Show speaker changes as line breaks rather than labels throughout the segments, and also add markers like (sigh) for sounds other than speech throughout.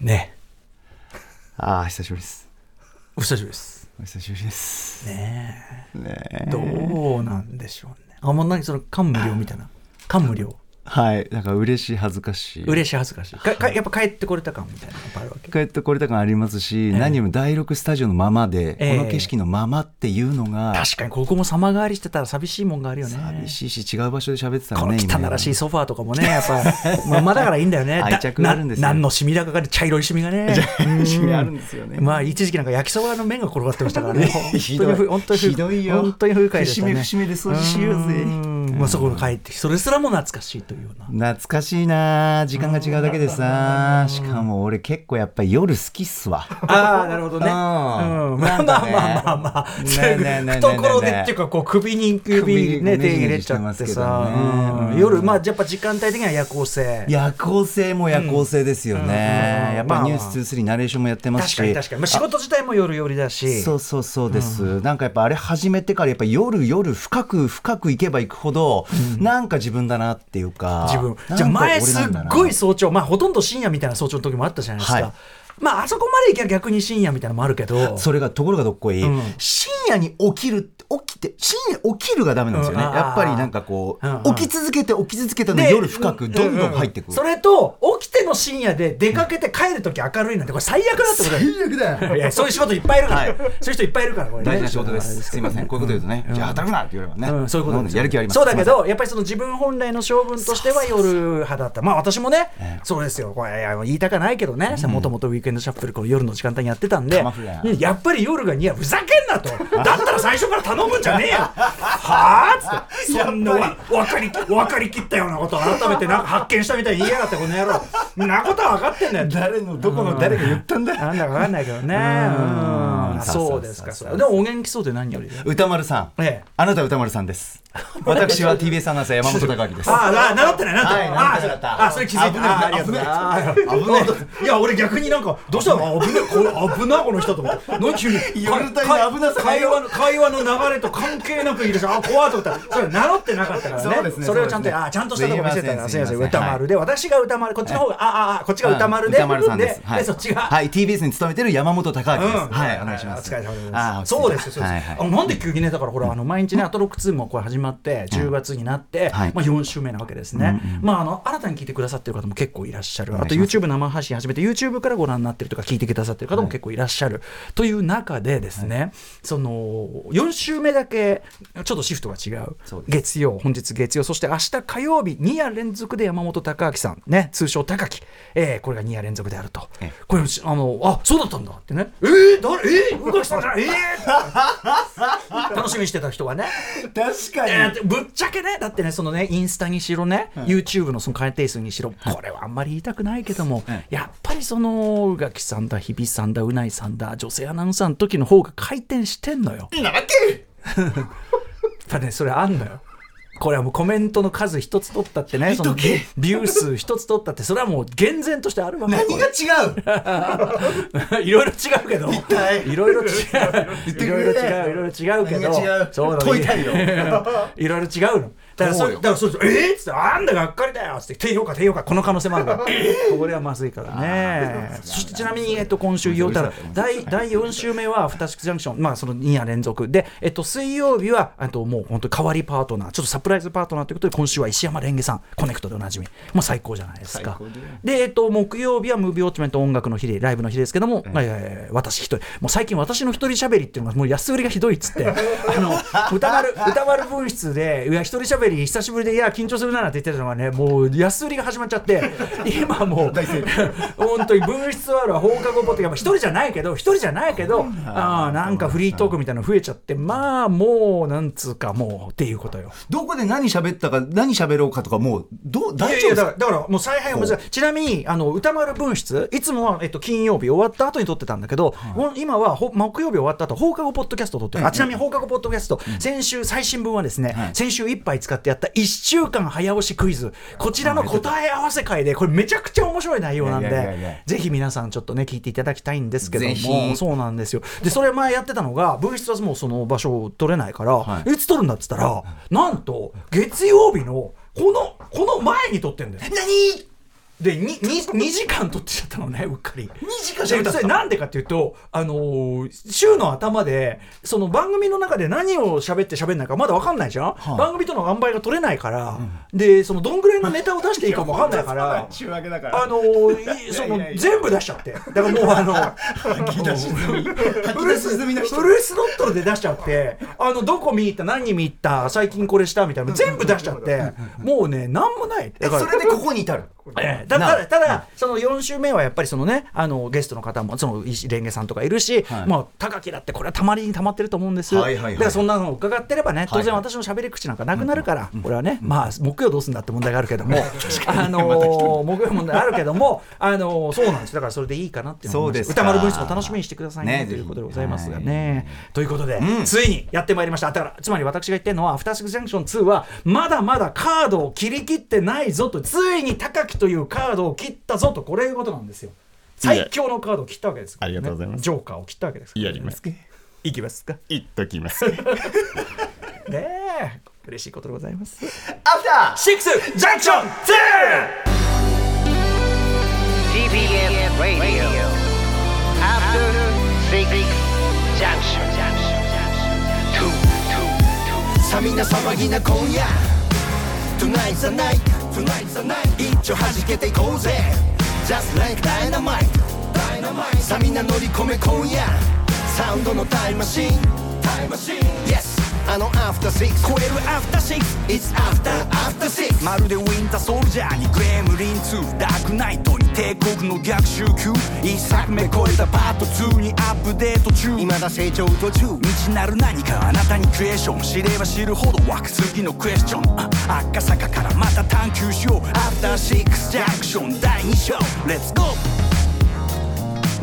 ね
ああ、久しぶりです。
お久しぶりです
お久しぶりです。
ね
ね
え
え
どうなんでしょうねあもう何その感無量みたいな感無量
はい、なんか嬉しい、恥ずかしい。
嬉しい恥ずかしいかかやっぱ帰ってこれた感みたいなのやっぱあるわけ
帰ってこれた感ありますし、何も第6スタジオのままで、
ええ
この景色のままっていうのが、
確かにここも様変わりしてたら寂しいもんがあるよね
寂しいし、違う場所で喋ってたら
この
ね。
汚らしい
今
ソファーとかもね、やっぱ、まあまあだからいいんだよ
(laughs)
ね。
愛着があるんですよ
な何のシミだかかで茶色いシミがね。
趣味ある
うん
んですよね。
まあ一時期なんか焼きそばの麺が転がってましたからね。
(laughs) ひどい
本当に不
ひどいよ
本当に不愉快でしたね。
節目節目で掃除しようぜ
んまあそこの帰って、それすらも懐かしいというような。
懐かしいなあ時間が違うだけでさしかも俺結構やっぱり夜好きっす
(laughs)
わ。
ああ、なるほどね。うん
うん
まあまあまあまあまあ、
ねねねねね
懐でっていうか、こう首に指
首
ね、
に
手入れちゃってさ、
ね
うん夜、まあやっぱ時間帯的には夜行性。
夜行性も夜行性ですよね。
うん
やっぱニュース2 3ナレーションもやってますし。
確かに確かに。まあ仕事自体も夜夜だし。
そうそうそうです、なんかやっぱあれ始めてからやっぱ夜夜深く深く行けば行くほど、なんか自分だなっていうか
自分
なんか
じゃあ前すっ
俺なんだな
ごい早朝まあほとんど深夜みたいな早朝の時もあったじゃないですか、
はい
まああそこまで行きゃ逆に深夜みたいなのもあるけど
それがところがどっこい、
うん
深夜に起きる起きて深夜起きるがダメなんですよね、
うん
やっぱりなんかこう、
うんうん
起き続けて起き続けての
で
夜深くどんどん入って
う
くる、
うそれと起きての深夜で出かけて帰る時明るいなんてこれ最悪だってことだよ
悪だ (laughs)
いやそういう仕事いっぱいいるから、
はい
そういう人いっぱいいるからこれね
大事な仕事ですすいませんこういうこと言うとね、じゃあ働くなって言わればね、
うん、そういうこと
な
で
の
す
でやる気あります
そうだけ
すいま
どやっぱりその自分本来の性分としては夜派だったまあ私もね、そうですよこれいや言いたくないけどねもともとウィークエンドシャッフルこう夜の時間帯にやってたんで
玉振りだな
うんやっぱり夜が似合うふざけんなとだったら最初から頼むんじゃねえよはあっつってそんなわ分かり分かりきったようなことを改めてなんか発見したみたいに言いやがってこの野郎んなことは分かってんだよ
せん誰のどこの誰が言ったんだよ
なんだか分かんないけどねう
ん
ん
そ
そう
うそうそうそう
ですかそうでもお元気そうで何より
歌丸さん、
ええ
あなた歌丸さんです私は TBS アナウンサー山本孝明です
ああ、な、習ってない、なってない。
はい習ってなかった
ああ、それ気づいてない。あありがとうございます。危ない。いや、俺逆になんか、どうしたの、あ危ない、これ、危ない、この人と思って。何急に。
夜帯の危なさが
会話の、会話の流れと関係なくいるし、あ、怖いと思ったら。それ、習ってなかったからね。
そうですね
それをちゃんと、
そうですね
あ、ちゃんとしたとこ見せたら、
す
す
い
い
ま
ま
せ
せ
ん
ん、
すいません
歌丸で、私が歌丸、こっちの方が、あ、ああ、こっちが歌丸で。
歌丸さんです。
で、そっちが。
はい、TBS に勤めてる山本孝明です。
うん
はい、お願いします。
お疲れ様です。
あー
そうですよ、そうですよ。
はいは
あなんで急にね、だからほら、あの毎日ね、アトロック2もこれ始まって、10月になって、
はい
まあ4週目なわけですね。まああの新たに聞いてくださってる方も結構いらっしゃる。あと YouTube 生配信始めて YouTube からご覧になってるとか聞いてくださってる方も結構いらっしゃるという中でですね、その4週目だけちょっとシフトが違う
そう。です
月曜、本日月曜、そして明日火曜日、2夜連続で山本貴明さん、ね、通称貴明、えーこれが2夜連続であると
ええ、
これ、あのあそうだったんだってね、えー、誰、えー、宇垣さんじゃない、えー、楽しみにしてた人はね、
確か
えーでぶっちゃけね、だってね、そのね、インスタにしろね、YouTube のその回転数にしろ、これはあんまり言いたくないけども、
え
やっぱりその宇垣さんだ、日比さんだ、うないさんだ、女性アナウンサーの時の方が回転してんのよ。
なわけ。
やっぱねそれあんのよこれはもうコメントの数一つ取ったってねその
見とけ
ビュー数一つ取ったってそれはもう厳然としてあるわけ
何が違
(laughs)
う。
いろいろ違うけど
体
いろいろ違う
言っ
い
てく
ろいろ
れよ
違ういろいろ違うけど
何が違う
そうなの
問いたいよ
(laughs) いろいろ違うのだからそ
そう
れ
よ
だからそうですえっ、つってあんだがっかりだよつって低評価低評価 (laughs) この可能性もあるからこれはまずいからねそしてちなみに、えっと、今週曜だから第第4週目は「アフターシックスジャンクション」まあその2夜連続で、えっと、水曜日はあともう本当代わりパートナーちょっとサプライズパートナーということで今週は石山レンゲさんコネクトでおなじみもう最高じゃないですか
最高だよ
で、えっと、木曜日はムービーウォッチメント音楽の日でライブの日ですけども、えー私一人もう最近私の一人喋りっていうのがもう安売りがひどいっつって
(laughs)
あの歌丸歌丸分室でいや一人喋り久しぶりでいや緊張するななんて言ってたのがねもう安売りが始まっちゃって
(laughs)
今もう本当に分室あるは放課後ポってやっぱ一人じゃないけど一人じゃないけどあーなんかフリートークみたいなの増えちゃってまあもうなんつうかもうっていうことよ。
どこで何喋ったか、何喋ろうかとか、もう、ど
い
う、
や
大
い
丈夫
やだ
です
から
か。
だからもう再配は難しいちなみにあの歌丸分室いつもは、えっと、金曜日終わった後に撮ってたんだけど、もう今はほ木曜日終わった後放課後ポッドキャストを撮ってる、あちなみに放課後ポッドキャスト、先週最新分はですね、
はい
先週いっぱい使ってやった1週間早押しクイズこちらの答え合わせ会でこれめちゃくちゃ面白い内容なん
いやいやいやい
で
や
ぜひ皆さんちょっとね聞いていただきたいんですけど
ぜ
も
ひ
そうなんですよでそれ前やってたのが分室はもうその場所を取れないから、
はい
いつ撮るんだっつったらなんと月曜日のこのこの前に撮ってるんです
何。
で 2, 時間撮ってちゃったのねうっかり2
時間喋ったんですか
なんでかっていうと、あのー週の頭でその番組の中で何を喋って喋んないかまだ分かんないじゃん、
はい
番組との頑張りが取れないから、でそのどんぐらいのネタを出していいかも分かんない
(laughs)
か
まだ
ら。
週明けだから
あのーいその
いやいやいや
全部出しちゃってだからもうあの
吐き出し済み
フ
吐き
ル
出
ス
し済みの人
フルスロットルで出しちゃってあのどこ見に行った何見に行った最近これしたみたいなの全部出しちゃってもうね何もない
え
だから
それでここに至る
ええた
な
だただ、その4週目はやっぱりそのねあのゲストの方もその石レンゲさんとかいるし、
はい
まあ、高木だってこれはたまりにたまってると思うんです、
はいはいはい
だからそんなのを伺ってればね当然
はいは
私の喋り口なんかなくなるから、これはね、まあ木曜どうすんだって問題があるけど
(laughs)
もあのー木曜問題あるけどもあのーそうなんですだからそれでいいかなっていうのを思いま
そうです
歌
か
丸文章を楽しみにしてくださいね
ね
ということでございますが
ぜひ
ね。ということで、
うん
ついにやってまいりましただからつまり私が言ってるのは「アフターシックスジャンクション2」はまだまだカードを切り切ってないぞとついに高木というカードを切ったぞとこれいうことなんですよ最強のカードを切ったわけですからね、
ありがとうございます
ジョーカーを切ったわけですからね
やります
いき (laughs) ますかね
いっときます
え嬉しいことでございます
アフター
シックスジャンクション 2!
TBN Radio. After Six Junction. Two, two, two.
さみな騒ぎな今夜 Tonight's the night Tonight's the night 一丁弾けていこうぜ Just like dynamite Dynamite さみな乗り込め今夜サウンドのタイムマシンタイムマシン Yes あのアフターシックス超えるアフターシックス It's after after six
まるでウィンターソルジャーにグレムリン2ダークナイトに帝国の逆襲級一作目超えたパート2にアップデート中
未だ成長途中
未知なる何かあなたにクエスチョン知れば知るほど湧く次のクエスチョンあ赤坂からまた探求しようアフターシックスジャンクション第2章レッツゴー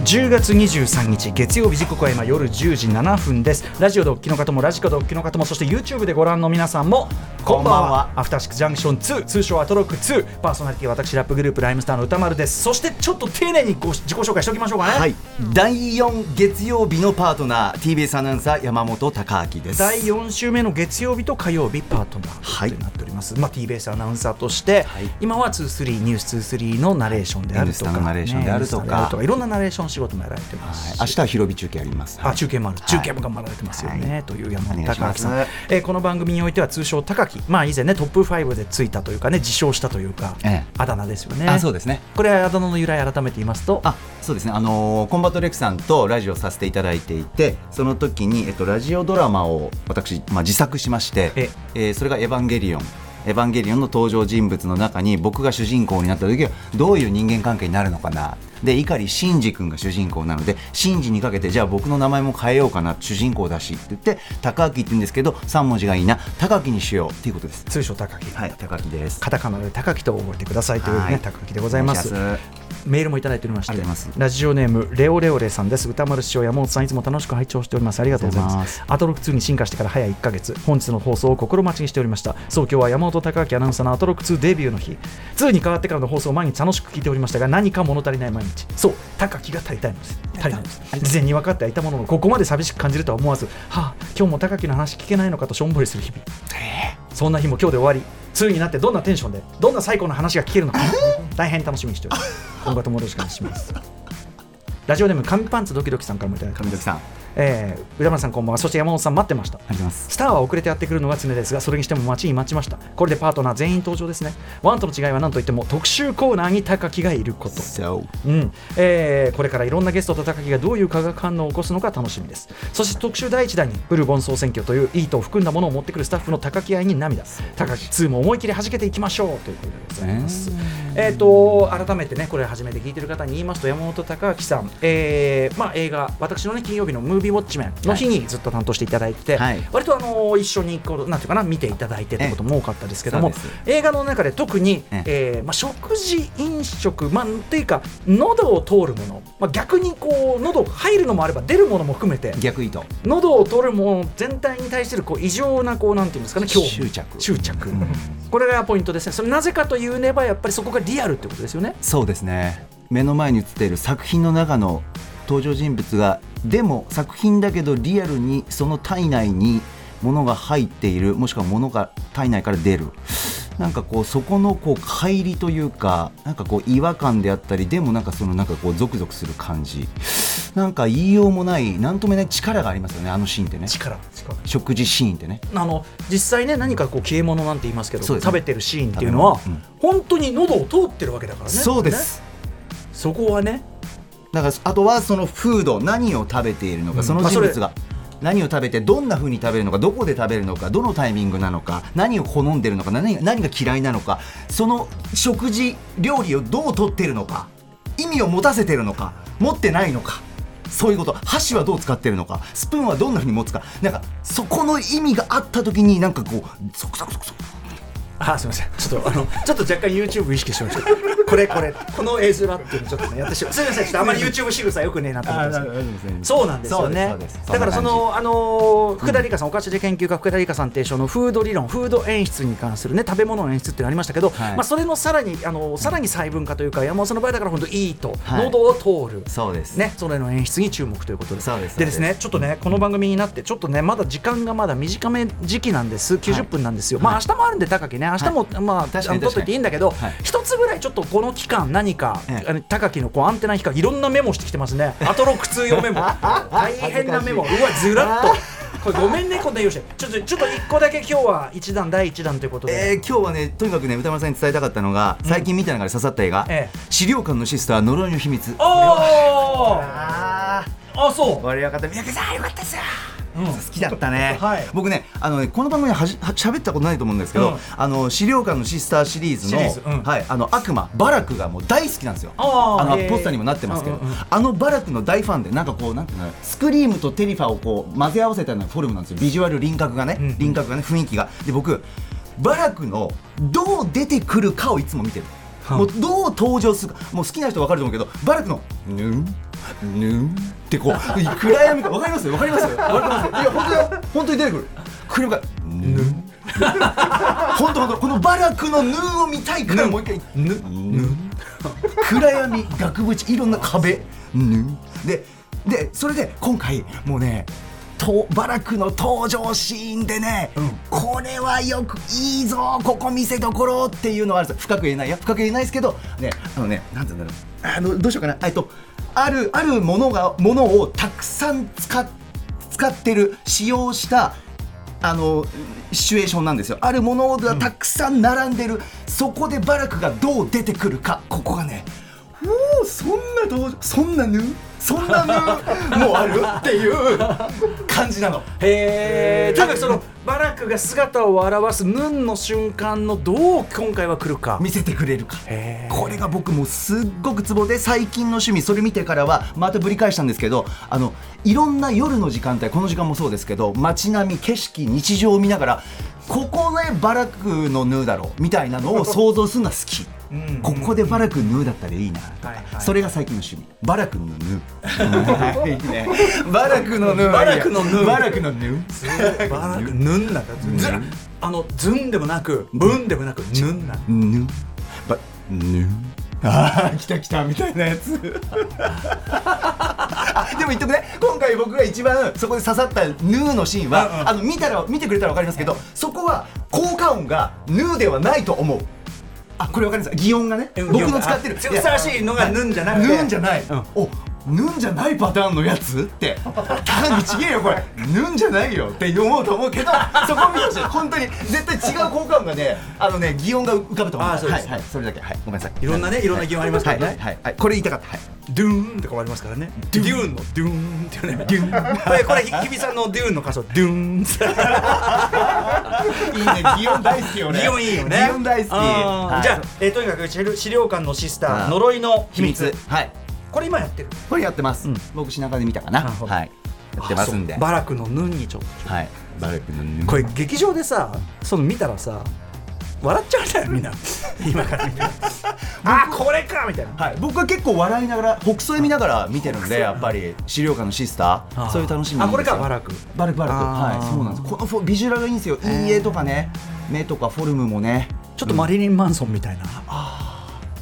10月23日月曜日時刻は今夜10時7分ですラジオでお聞きの方もラジコでお聞きの方もそして YouTube でご覧の皆さんもこんばんは
こんばんは
アフターシックスジャンクション2通称アトロック2パーソナリティは私ラップグループライムスターの歌丸ですそしてちょっと丁寧にご自己紹介しておきましょうかね、
はい第4月曜日のパートナー TBS アナウンサー山本貴明です
第4週目の月曜日と火曜日パートナ
はい
ーとなっております、まあ、TBS アナウンサーとして、
い
今は23ニュース23のナレーションであるとか、
N スタのナレーションであるとか
ね N スタのナレーションいろんなナレーション仕事もやられてますし、
明日は広火中継あります
あ中継もある、中継も頑張られてますよね、という山
お
本
願いし
隆明
ます
さん、えーこの番組においては通称高木、まあ、以前ねトップ5でついたというかね自称したというか、
ええ
あだ名ですよね
あそうですね
これはあだ名の由来改めて言いますと
あそうですね、あのーコンバットレックさんとラジオさせていただいていてその時に、えっと、ラジオドラマを私、まあ、自作しまして
え、
えーそれが「エヴァンゲリオン」「エヴァンゲリオン」の登場人物の中に僕が主人公になった時はどういう人間関係になるのかなで碇シンジ君が主人公なのでシンジにかけてじゃあ僕の名前も変えようかな主人公だしって言って高木って言うんですけど3文字がいいな高木にしようっていうことです
通称高木、
はい高木です
カタカナで高木と覚えてくださいという、ね
はい
高木でございます
お願いし
メールもいただいておりまして
ありがとうございます
ラジオネームレオレオレさんです歌丸師匠山本さんいつも楽しく拝聴しておりますありがとうございます
ありがとうござ
アトロック2に進化してから早1ヶ月本日の放送を心待ちにしておりましたそう今日は山本隆明アナウンサーのアトロック2デビューの日2に変わってからの放送を毎日楽しく聞いておりましたが何か物足りない毎日そう高木が足りたいのです足りないのです事前に分かってはいたもののここまで寂しく感じるとは思わずはあ今日も高木の話聞けないのかとしょんぼりする日々そんな日も今日で終わり、2になってどんなテンションで、どんな最高の話が聞け
(laughs)
るのか、大変楽しみにしております。今後ともよろしくお願いします。ラジオネーム、紙パンツドキドキさんからもいただき
上
ま
崎
す。
さんあ
えー、歌丸さん、こんばんは。そして山本さん、待ってました。
りがとうございます
スターは遅れてやってくるのが常ですが、それにしても待ちに待ちました。これでパートナー全員登場ですね。ワンとの違いは何といっても、特集コーナーに高木がいること。
So
うんえーこれからいろんなゲストと高木がどういう化学反応を起こすのか楽しみですそして特集第1弾にブルボン総選挙といういいとを含んだものを持ってくるスタッフの高木愛に涙高木2も思い切り弾けていきましょうということでございます、えー、と改めてねこれ初めて聞いてる方に言いますと山本高明さん、えーまあ、映画私の、ね、金曜日の「ムービーウォッチメン」の日にずっと担当していただいて、
はい
割と、あのー一緒にこうなんていうかな見ていただいてってことも多かったですけども
ええそうです
映画の中で特に、
え
えーまあ、食事、飲食、まあ、っていうか喉を通るもの、まあ、逆にこう喉入るのもあれば出るものも含めて
逆意図
喉を通るもの全体に対するこう異常なこうなんていうんですかね興味
執着
執着これがポイントですねそれなぜかというねばやっぱりそこがリアルってことですよね
そうですね目の前に映っている作品の中の登場人物がでも作品だけどリアルにその体内に物が入っているもしくは物が体内から出るなんかこうそこのこう乖離というかなんかこう違和感であったりでもなんかそのなんかこうゾクゾクする感じなんか言いようもない何とも言えない力がありますよねあのシーンってね
力
食事シーンってね
あの実際ね何かこう消え物なんて言いますけど
そうですね
食べてるシーンっていうのは、
食べ物
本当に喉を通ってるわけだからね
そうで
ね
す
そこはね
だからあとはそのフード何を食べているのか、
うん
その
まあ
人
それ
物が何を食べてどんな風に食べるのかどこで食べるのかどのタイミングなのか何を好んでるのか何が何が嫌いなのかその食事料理をどう取ってるのか意味を持たせてるのか持ってないのかそういうこと箸はどう使ってるのかスプーンはどんな風に持つかなんかそこの意味があった時になんかこうゾクゾクゾクゾク
あすみませんちょっとあのちょっと若干 YouTube 意識しました
(laughs)
これこれこの絵面っていうのちょっとねやってしまうすみませんちょっとあんまり YouTube 仕草よくねえなと思ってますそうなんですよね
そうですそうです
だからそ
んな感じ
のあのー福田理香さん、お菓子で研究家福田理香さん提唱のフード理論フード演出に関するね食べ物の演出っていうのありましたけど、
はい
まあそれのさらにあのーさらに細分化というか山本さんの場合だから本当いいと、
はい
喉を通る
そうです
ね、それの演出に注目ということで
そうです
でです
そう
ね
で
ちょっとねこの番組になってちょっとねまだ時間がまだ短め時期なんです90分なんですよ、まあ明日もあるんで高木ね明日も、まあ
確かに
あの撮っといていいんだけど
確かにはい
一、つぐらいちょっとこの期間何か、
ええ
あの高木のこうアンテナ引っかいろんなメモしてきてますねアトロ苦痛用メ
(laughs)
モ大変なメモうわずらっとこれごめんねこんな用意してちょっとちょっと一個だけ今日は一段第一弾ということで、
えー今日はねとにかくね歌丸さんに伝えたかったのが最近見た中で刺さった映画、
ええ
資料館のシスター呪いの秘密
おお
あ
あそう
我々方三宅さんよかったですよ
ん
好きだったね、
(laughs) はい
僕ねあのねこの番組ではじは喋ったことないと思うんですけど、
うん
あの資料館のシスターシリーズ
シ
の
リーズうん
はい、あの悪魔バラクがもう大好きなんですよ
あー
あの
へー
ポスターにもなってますけど、
うんうんうん
あのバラクの大ファンでなんかこうなんていうのスクリームとテリファをこう混ぜ合わせたようなフォルムなんですよビジュアル輪郭がね、
ん
輪郭がね雰囲気がで僕バラクのどう出てくるかをいつも見てる
ん
もうどう登場するかもう好きな人分かると思うけどバラクの「ぬんぬん」ってこう暗闇か分かります分かります分かりますいや本当よ本当に出てくる暗闇が「ぬん」
(laughs)
本当本当このバラクの「ぬん」を見たいからもう一回「ぬん」ぬん暗闇額縁いろんな壁ぬんででそれで今回もうねとバラクの登場シーンでね、これはよくいいぞここ見せどころっていうのはあるんですよ深く言えないいや深く言えないですけどねあのねなんて言うんだろうあのどうしようかなえっとあるあるものがものをたくさん使っ使ってる使用したあのシチュエーションなんですよあるものがたくさん並んでる、そこでバラクがどう出てくるかここがねおーそんな登場そんなぬそんなぬもうあるっていう感じなの
へえ多分そのバラクが姿を現すヌンの瞬間のどう今回は来るか
見せてくれるか
へー
これが僕もうすっごくツボで最近の趣味それ見てからはまたぶり返したんですけどあのいろんな夜の時間帯この時間もそうですけど街並み景色日常を見ながらここねバラクのヌーだろうみたいなのを想像するのは好き。
ん
ここでバラクヌーだったらいいなとか、
はいはい
それが最近の趣味バラクのヌ
(laughs)
ーいいねバラクのヌー
バラクのヌー
バラクのヌー
バラクヌンなんだずあのズンでもなくブンでもなくヌンなんだ
ぬばぬ (laughs) ああ来た来たみたいなやつあでも言っとくね今回僕が一番そこで刺さった「ぬ」のシーンは、あの見たら見てくれたら分かりますけどそこは効果音が「ぬ」ではないと思うあこれ分かります擬音がね
うん
僕の使ってる
あふさわしいのがヌンじゃなくて
ぬんじゃない、おぬんじゃないパターンのやつって単にちげえよこれぬんじゃないよって思うと思うけ
(laughs)
どそこ見てほしい本当に絶対違う効果音がねあのね擬音が浮かぶと思う
あーそうです
はいはい、それだけはいごめんなさい
いろんなねいろんな擬音ありますからね
はいはいはいはいこれ言いたかったはい
ドゥーンとかもありますからねドゥーンのドゥーンっていうねドゥーンこれこれひ日比さんのドゥーンの箇所ドゥーン (laughs) って
い
(laughs)
いね擬音大好きよね
擬音いいよね
擬音大好き、
あー
はい
じゃあえーとにかく資料資料館のシスタ
は
ー
い
呪いの秘
秘密
密
はい
これ今やってる
これやってます、僕品川で見たかな
なるほど
はいやってますんで
あそうバラクのヌンにちょっと
はいバルクのぬん
これ劇場でさその見たらさ笑っちゃうんだよみん
(laughs)
な今から見てあーこれかみたいな
はい、僕は結構笑いながら北斎見ながら見てるんでやっぱり資料館のシスターそういう楽しみ
あこれか
バ
バ
ラ
ラク
バラクバラク
あー
はいそうなんですこのフォビジュアルがいいんですよ陰影とかね目とかフォルムもね
ちょっとマリリン・マンソンみたいな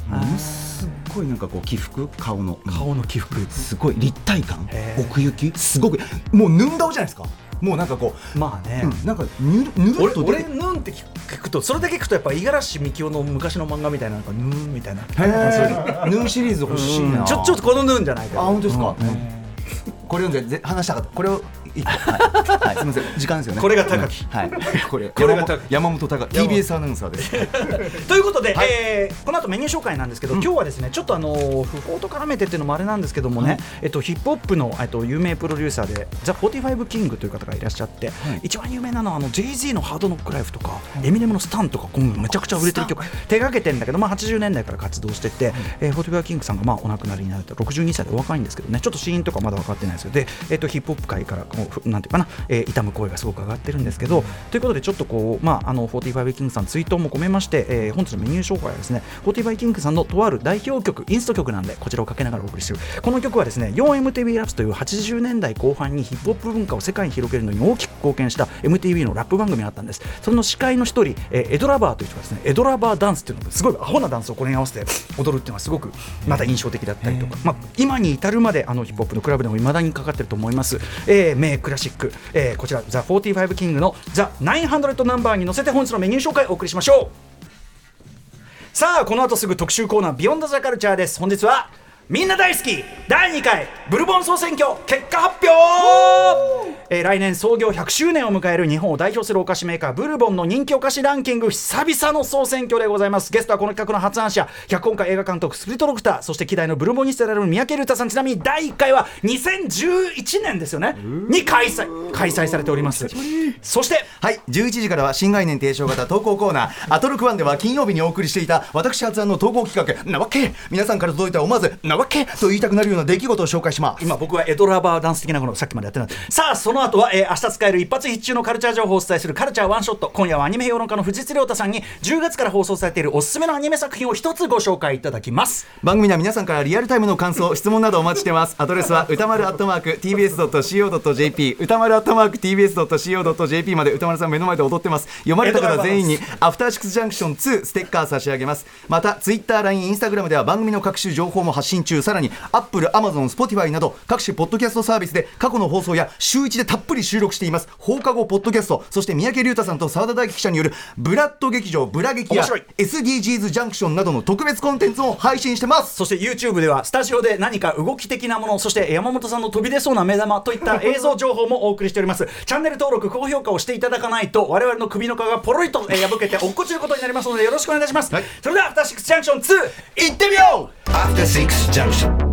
ものすっごいなんかこう起伏顔の
顔の起伏
すごい立体感
へー
奥行きすごくもうぬん顔じゃないですかもうなんかこう、
まあね、
うんなんかぬるぬる
俺
っと出
俺
て
ヌーンって聞くとそれだけ聞くとやっぱ五十嵐美京の昔の漫画みたいななんかヌーンみたいな
へーヌーシリーズ欲しいな、
うんちょちょっとこのヌーンじゃないけ
あ
ど
本当ですか、これ読んでぜ話したかったこれをいはい、はい、すみません時間ですよね
これが高木
はいこれ
これが高木
山本山本高木 TBS アナウンサーで
(laughs)
す
ということで、えーこの後メニュー紹介なんですけど、今日はですねちょっとあのー不法と絡めてっていうのもあれなんですけどもね、
はい
えっと、ヒップホップの、えっと、有名プロデューサーでザ・45キングという方がいらっしゃって、一番有名なのはあの JZ の「ハードノックライフ」とか、エミネムの「スタン」とか今後めちゃくちゃ売れてる曲手がけてんだけど、まあ、80年代から活動してて、えー、45キングさんがまあお亡くなりになると62歳でお若いんですけどねちょっと死因とかまだ分かってないですけどで、えっと、ヒップホップ界からこうふなんていうかな、えー、痛む声がすごく上がってるんですけど、ということでちょっとこう、まあ、あの45キングさんツイートも込めまして、えー本日のメニュー紹介はですね45キングさんのとある代表曲インスト曲なんでこちらをかけながらお送りするこの曲はですね 4MTV ラプスという80年代後半にヒップホップ文化を世界に広げるのに大きく貢献した MTV のラップ番組があったんですその司会の一人、えーエドラバーという人がですねエドラバーダンスっていうのがすごいアホなダンスをこれに合わせて踊るっていうのはすごくまた印象的だったりとか、まあ、今に至るまであのヒップホップのクラブでも未だにかかってると思います、えー、名クラシック、えーこちらザ・45キングのザ・900ナンバーに乗せて本日のメニュー紹介をお送りしましょうさあこの後すぐ特集コーナー「ビヨンドザカルチャーです本日はみんな大好き第2回ブルボン総選挙結果発表えー来年創業100周年を迎える日本を代表するお菓子メーカーブルボンの人気お菓子ランキング久々の総選挙でございますゲストはこの企画の発案者脚本家映画監督スプリットドクターそして希代のブルボンに捨てられる三宅竜太さんちなみに第1回は2011年ですよねに開催開催されておりますそして
はい11時からは新概念提唱型投稿コーナー「アトロクワン」では金曜日にお送りしていた私発案の投稿企画「なわけ」皆さんから届いた思わず「なわけ」と言いたくなるような出来事を紹介します
今僕はエドラバーダンス的なものをさっきまでやってたんですさあその後は、えー明日使える一発必中のカルチャー情報をお伝えするカルチャーワンショット今夜はアニメ評論家の藤津亮太さんに10月から放送されているおすすめのアニメ作品を一つご紹介いただきます
番組では皆さんからリアルタイムの感想質問などお待ちしてますアドレスは歌丸アットマーク TBS.CO.JP 歌丸アットマーク TBS.CO.JP まで歌丸さん目の前で踊ってます読まれた方全員にアフターシックスジャンクション2ステッカー差し上げますまた TwitterLINE インスタグラムでは番組の各種情報も発信中さらに Apple、Amazon、Spotify など各種ポッドキャストサービスで過去の放送や週1でたっぷり収録しています放課後ポッドキャストそして三宅龍太さんと澤田大樹記者によるブラッド劇場ブラ劇や
面白い
SDGs ジャンクションなどの特別コンテンツを配信してます
そして YouTube ではスタジオで何か動き的なものそして山本さんの飛び出そうな目玉といった映像情報もお送りしておりますチャンネル登録高評価をしていただかないと我々の首の皮がポロリと、えー破けて落っこちることになりますのでよろしくお願いいたします、それではアフターシックスジャンクション2
行ってみよう
After Six Junction